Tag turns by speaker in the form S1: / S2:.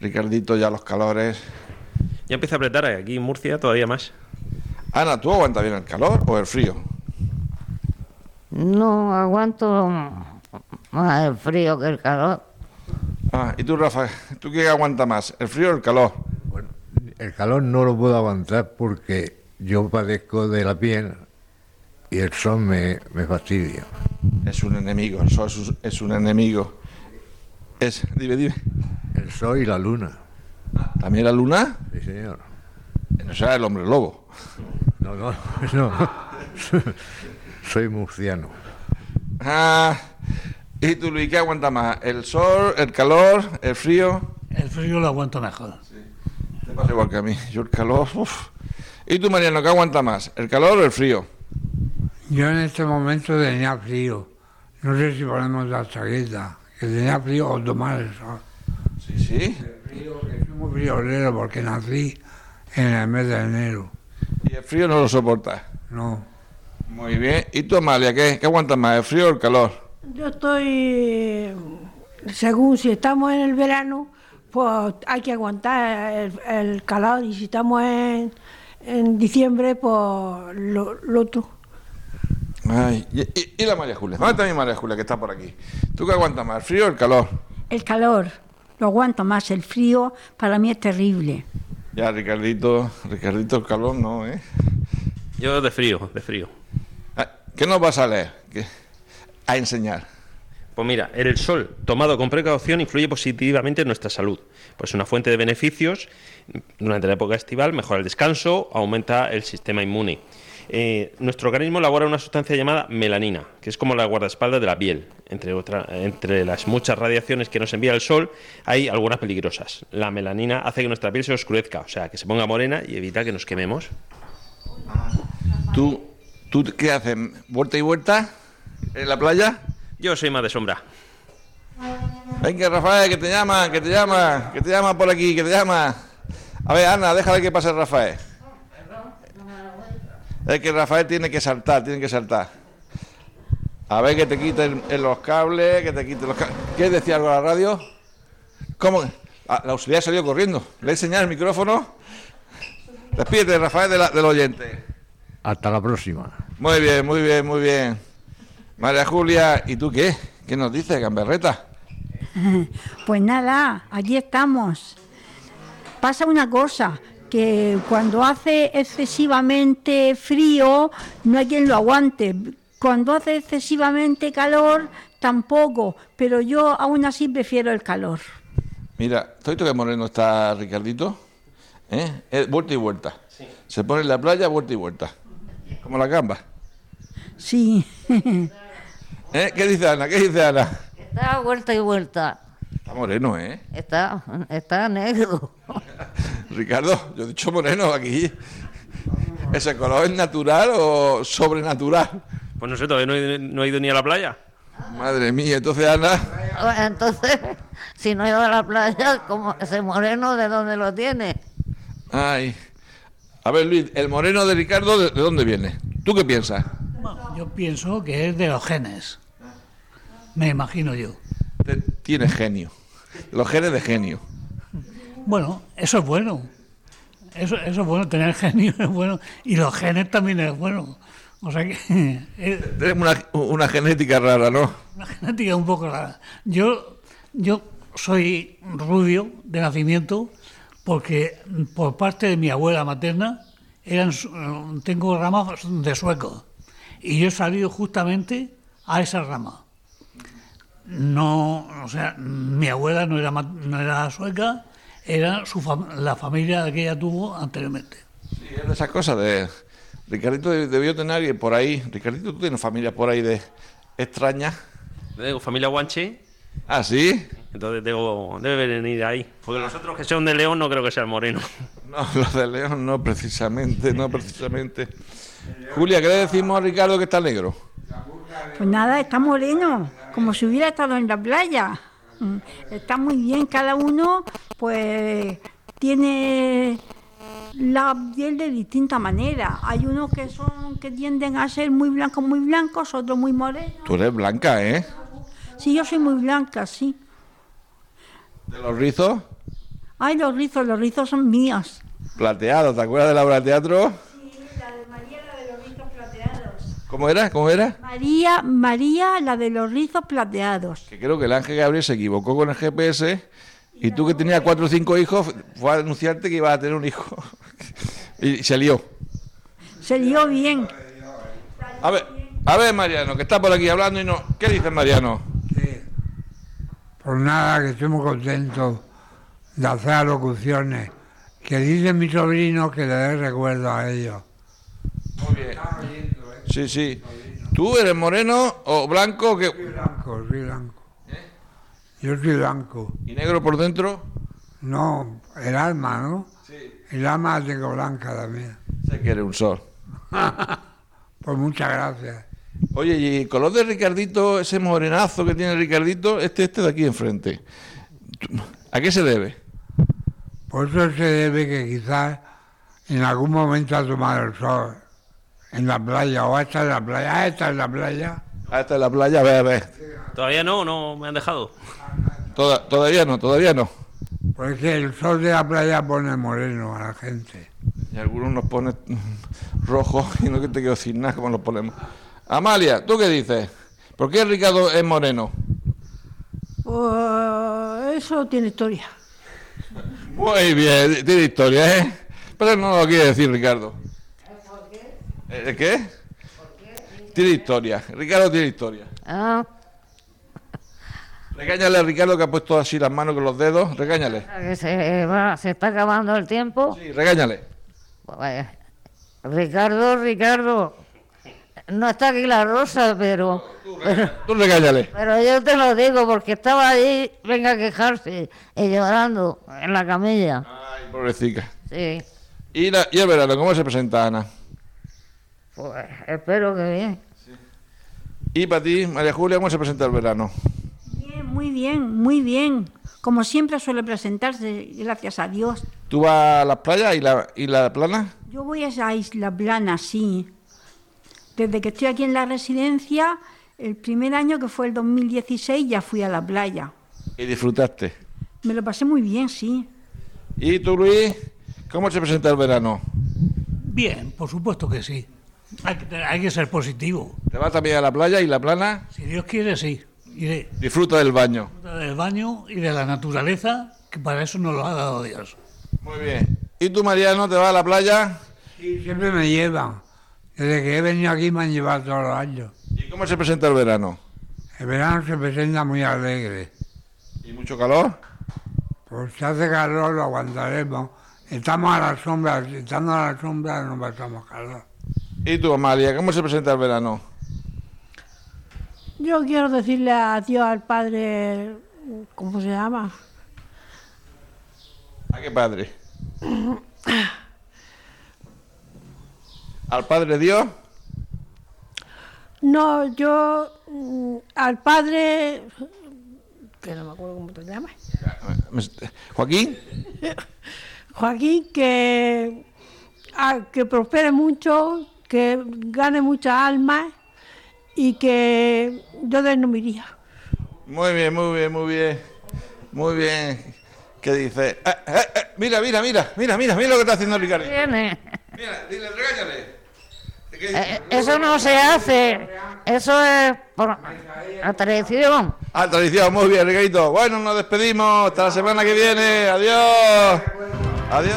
S1: Ricardito, ya los calores.
S2: Ya empieza a apretar ¿eh? aquí en Murcia todavía más.
S1: Ana, ¿tú aguantas bien el calor o el frío?
S3: No aguanto más el frío que el calor.
S1: Ah, ¿Y tú, Rafa? ¿Tú qué aguanta más, el frío o el calor?
S4: Bueno, el calor no lo puedo aguantar porque yo padezco de la piel y el sol me, me fastidia.
S1: Es un enemigo, el sol es un, es un enemigo. Es, dime, dime.
S4: El sol y la luna.
S1: ¿También la luna?
S4: Sí, señor.
S1: O sea, el hombre lobo.
S4: No, no, no. Soy murciano.
S1: Ah, ¿Y tú, Luis, qué aguanta más? ¿El sol, el calor, el frío?
S5: El frío lo aguanto mejor.
S1: Te pasa igual que a mí. Yo el calor, uf. ¿Y tú, Mariano, qué aguanta más? ¿El calor o el frío?
S6: Yo en este momento tenía frío. No sé si ponemos la chaqueta, que tenía frío o tomar el sol.
S1: Sí, sí.
S6: Frío, que soy muy friolero porque nací en el mes de enero.
S1: Y el frío no lo soporta.
S6: No,
S1: Muy bien. ¿Y tú, Amalia, qué, qué aguantas más, el frío o el calor?
S7: Yo estoy, según si estamos en el verano, pues hay que aguantar el, el calor y si estamos en, en diciembre, pues lo, lo otro.
S1: Ay, y, y- y la María Julia? ¿Dónde está mi María Julia que está por aquí? ¿Tú qué aguantas más, el frío o el calor?
S8: El calor, lo aguanto más, el frío para mí es terrible.
S1: Ya, Ricardito, Ricardito, el calor no, ¿eh?
S2: Yo de frío, de frío.
S1: Ah, ¿Qué nos vas a leer? ¿Qué? A enseñar.
S2: Pues mira, el sol, tomado con precaución, influye positivamente en nuestra salud. Pues es una fuente de beneficios durante la época estival, mejora el descanso, aumenta el sistema inmune. Eh, nuestro organismo elabora una sustancia llamada melanina, que es como la guardaespaldas de la piel. Entre, otra- entre las muchas radiaciones que nos envía el sol, hay algunas peligrosas. La melanina hace que nuestra piel se oscurezca, o sea, que se ponga morena y evita que nos quememos.
S1: ¿Tú, tú qué haces? ¿Vuelta y vuelta? ¿En la playa?
S2: Yo soy más de sombra.
S1: Venga, Rafael, que te llama, que te llama, que te llama por aquí, que te llama. A ver, Ana, déjale que pase Rafael. Es que Rafael tiene que saltar, tiene que saltar. A ver, que te quiten eh, los cables, que te quiten los cables. ¿Quieres decir algo a la radio? ¿Cómo? Ah, la auxiliar salió corriendo. Le he enseñado el micrófono. Despídete, Rafael, de la- del oyente.
S4: Hasta la próxima.
S1: Muy bien, muy bien, muy bien. María Julia, ¿y tú qué? ¿Qué nos dices, gamberreta?
S8: Pues nada, allí estamos. Pasa una cosa, que cuando hace excesivamente frío no hay quien lo aguante. Cuando hace excesivamente calor tampoco, pero yo aún así prefiero el calor.
S1: Mira, estoy que moreno está Ricardito. ¿Eh? Eh, Vuelta y vuelta. Se pone en la playa, vuelta y vuelta. Como la gamba.
S8: Sí.
S1: ¿Eh? ¿Qué dice Ana? ¿Qué dice Ana?
S3: Está vuelta y vuelta.
S1: Está moreno, ¿eh?
S3: Está, está negro.
S1: Ricardo, yo he dicho moreno aquí. ¿Ese color es natural o sobrenatural?
S2: Pues no sé, todavía no he- no he ido ni a la playa.
S1: Madre mía, entonces Ana.
S3: Entonces, si no he ido a la playa, como ese moreno, ¿de dónde lo tiene?
S1: Ay. A ver, Luis, el moreno de Ricardo, ¿de de dónde viene? ¿Tú qué piensas?
S5: Bueno, yo pienso que es de los genes. Me imagino yo.
S1: Te- Tienes genio. Los genes de genio.
S5: Bueno, eso es bueno. Eso, eso es bueno, tener genio es bueno. Y los genes también es bueno. O sea que es
S1: Tenemos una, una genética rara, ¿no?
S5: una genética un poco rara. Yo, yo soy rubio de nacimiento porque por parte de mi abuela materna eran, su- eh, tengo ramas de suecos. Y yo he salido justamente a esa rama. no, o sea, mi abuela no era, ma- no era sueca, era su fam- la familia que ella tuvo anteriormente.
S1: Sí, es de esas cosas de. Ricardito deb- debió tener alguien por ahí. Ricardito, tú tienes familia por ahí de extraña.
S2: Tengo familia guanche
S1: ¿Ah, sí?
S2: Entonces debo, debe venir ahí. Porque los otros que son de León no creo que sean moreno.
S1: No, los de León no precisamente, no precisamente. Julia, ¿qué le decimos a Ricardo que está negro?
S8: Pues nada, está moreno, como si hubiera estado en la playa. Mm, Está muy bien, cada uno pues tiene la piel de distinta manera. Hay unos que son que tienden a ser muy blancos, muy blancos, otros muy morenos.
S1: Tú eres blanca, ¿eh?
S8: Sí, yo soy muy blanca, sí.
S1: De los rizos,
S8: Ay, los rizos, los rizos son míos.
S1: plateados, ¿te acuerdas de la obra de teatro?
S8: La de María, la de los rizos plateados.
S1: ¿Cómo era? ¿Cómo era?
S8: María, María, la de los rizos plateados.
S1: Que creo que el ángel Gabriel se equivocó con el GPS y tú que tenías cuatro o cinco hijos fue a anunciarte que ibas a tener un hijo. y se lió.
S8: Se lió bien.
S1: A ver, a ver, Mariano, que está por aquí hablando y no. ¿Qué dices, Mariano?
S6: Sí. Por nada, que estoy muy contento de hacer locuciones. Que dice mi sobrino que le dé recuerdo a ellos.
S1: Muy bien. Sí, sí. ¿Tú eres moreno o blanco o qué?
S6: Blanco, soy blanco. Yo soy blanco.
S1: y negro por dentro?
S6: No, el alma, ¿no? El alma la tengo blanca también.
S1: Sé que eres un sol.
S6: Pues muchas gracias.
S1: Oye, y el color de Ricardito, ese morenazo que tiene Ricardito, este, este de aquí enfrente. ¿A qué se debe?
S6: Por eso se debe que quizás en algún momento ha tomado el sol en la playa o está en la playa. Ah, está en la playa.
S1: Ah, está en la playa, a ver, a ver.
S2: Todavía no, no me han dejado.
S1: Toda- todavía no, todavía no.
S6: Porque el sol de la playa pone moreno a la gente.
S1: Y algunos nos ponen rojos y no que te quedo sin nada como nos ponemos. Amalia, ¿tú qué dices? ¿Por qué Ricardo es moreno?
S7: Pues, eso tiene historia.
S1: Muy bien, tiene historia, ¿eh? Pero no lo quiere decir Ricardo. ¿Por qué? ¿El qué? Tiene historia, Ricardo tiene historia.
S3: Ah,
S1: Regáñale a Ricardo que ha puesto así las manos con los dedos, regáñale.
S3: que se, va, se está acabando el tiempo.
S1: Sí, regáñale.
S3: Pues, Ricardo, Ricardo, no está aquí la rosa, pero, pero,
S1: Tú regáñale.
S3: pero yo te lo digo porque estaba ahí, venga a quejarse y llorando en la camilla.
S1: Ay, pobrecita.
S3: Sí,
S1: Y, la, y el verano, ¿cómo se presenta Ana?
S3: pues espero que bien.
S1: Y para ti, María Julia, ¿cómo se presenta el verano?
S8: Bien, muy bien, muy bien. Como siempre suele presentarse, gracias a Dios.
S1: ¿Tú vas a las playas y la, y la plana?
S8: Yo voy a esa isla plana, sí. Desde que estoy aquí en la residencia, el primer año que fue el 2016 ya fui a la playa.
S1: Y disfrutaste.
S8: Me lo pasé muy bien, sí.
S1: ¿Y tú, Luis? ¿Cómo se presenta el verano?
S5: Bien, por supuesto que sí. Hay que, tener- hay que ser positivo.
S1: ¿Te vas también a la playa y la plana?
S5: Si Dios quiere, sí. Iré
S1: Disfruta del baño.
S5: del baño y de la naturaleza, que para eso nos lo ha dado Dios.
S1: Muy bien. ¿Y tú, Mariano, te vas a la playa?
S6: Y siempre me llevan. Desde que he venido aquí me han llevado todos los años.
S1: ¿Y cómo se presenta el verano?
S6: El verano se presenta muy alegre.
S1: ¿Y mucho calor?
S6: Pues si hace calor lo aguantaremos. Estamos a la sombra, estando a la sombra no pasamos calor.
S1: ¿Y tú, Amalia, cómo se presenta el verano?
S7: Yo quiero decirle adiós al padre, ¿cómo se llama?
S1: ¿A qué padre? ¿Al Padre Dios?
S7: No, yo mm, al padre, que no me acuerdo cómo te llamas,
S1: ¿Joaquín?
S7: Joaquín, que, a- que prospere mucho, que gane muchas almas y que yo de él no me iría.
S1: Muy bien, muy bien, muy bien. Muy bien. ¿Qué dice? Eh, eh, eh, Mira, mira, mira, mira, mira, mira lo que está haciendo Ricardo.
S3: Viene.
S1: Mira, dile, regáñale. ¿Qué dice?
S3: Eh, Eso no se hace, eso es por la traición.
S1: Ah, tradición, muy bien, Ricardito. Bueno, nos despedimos. Hasta la semana que viene. Adiós. Adiós.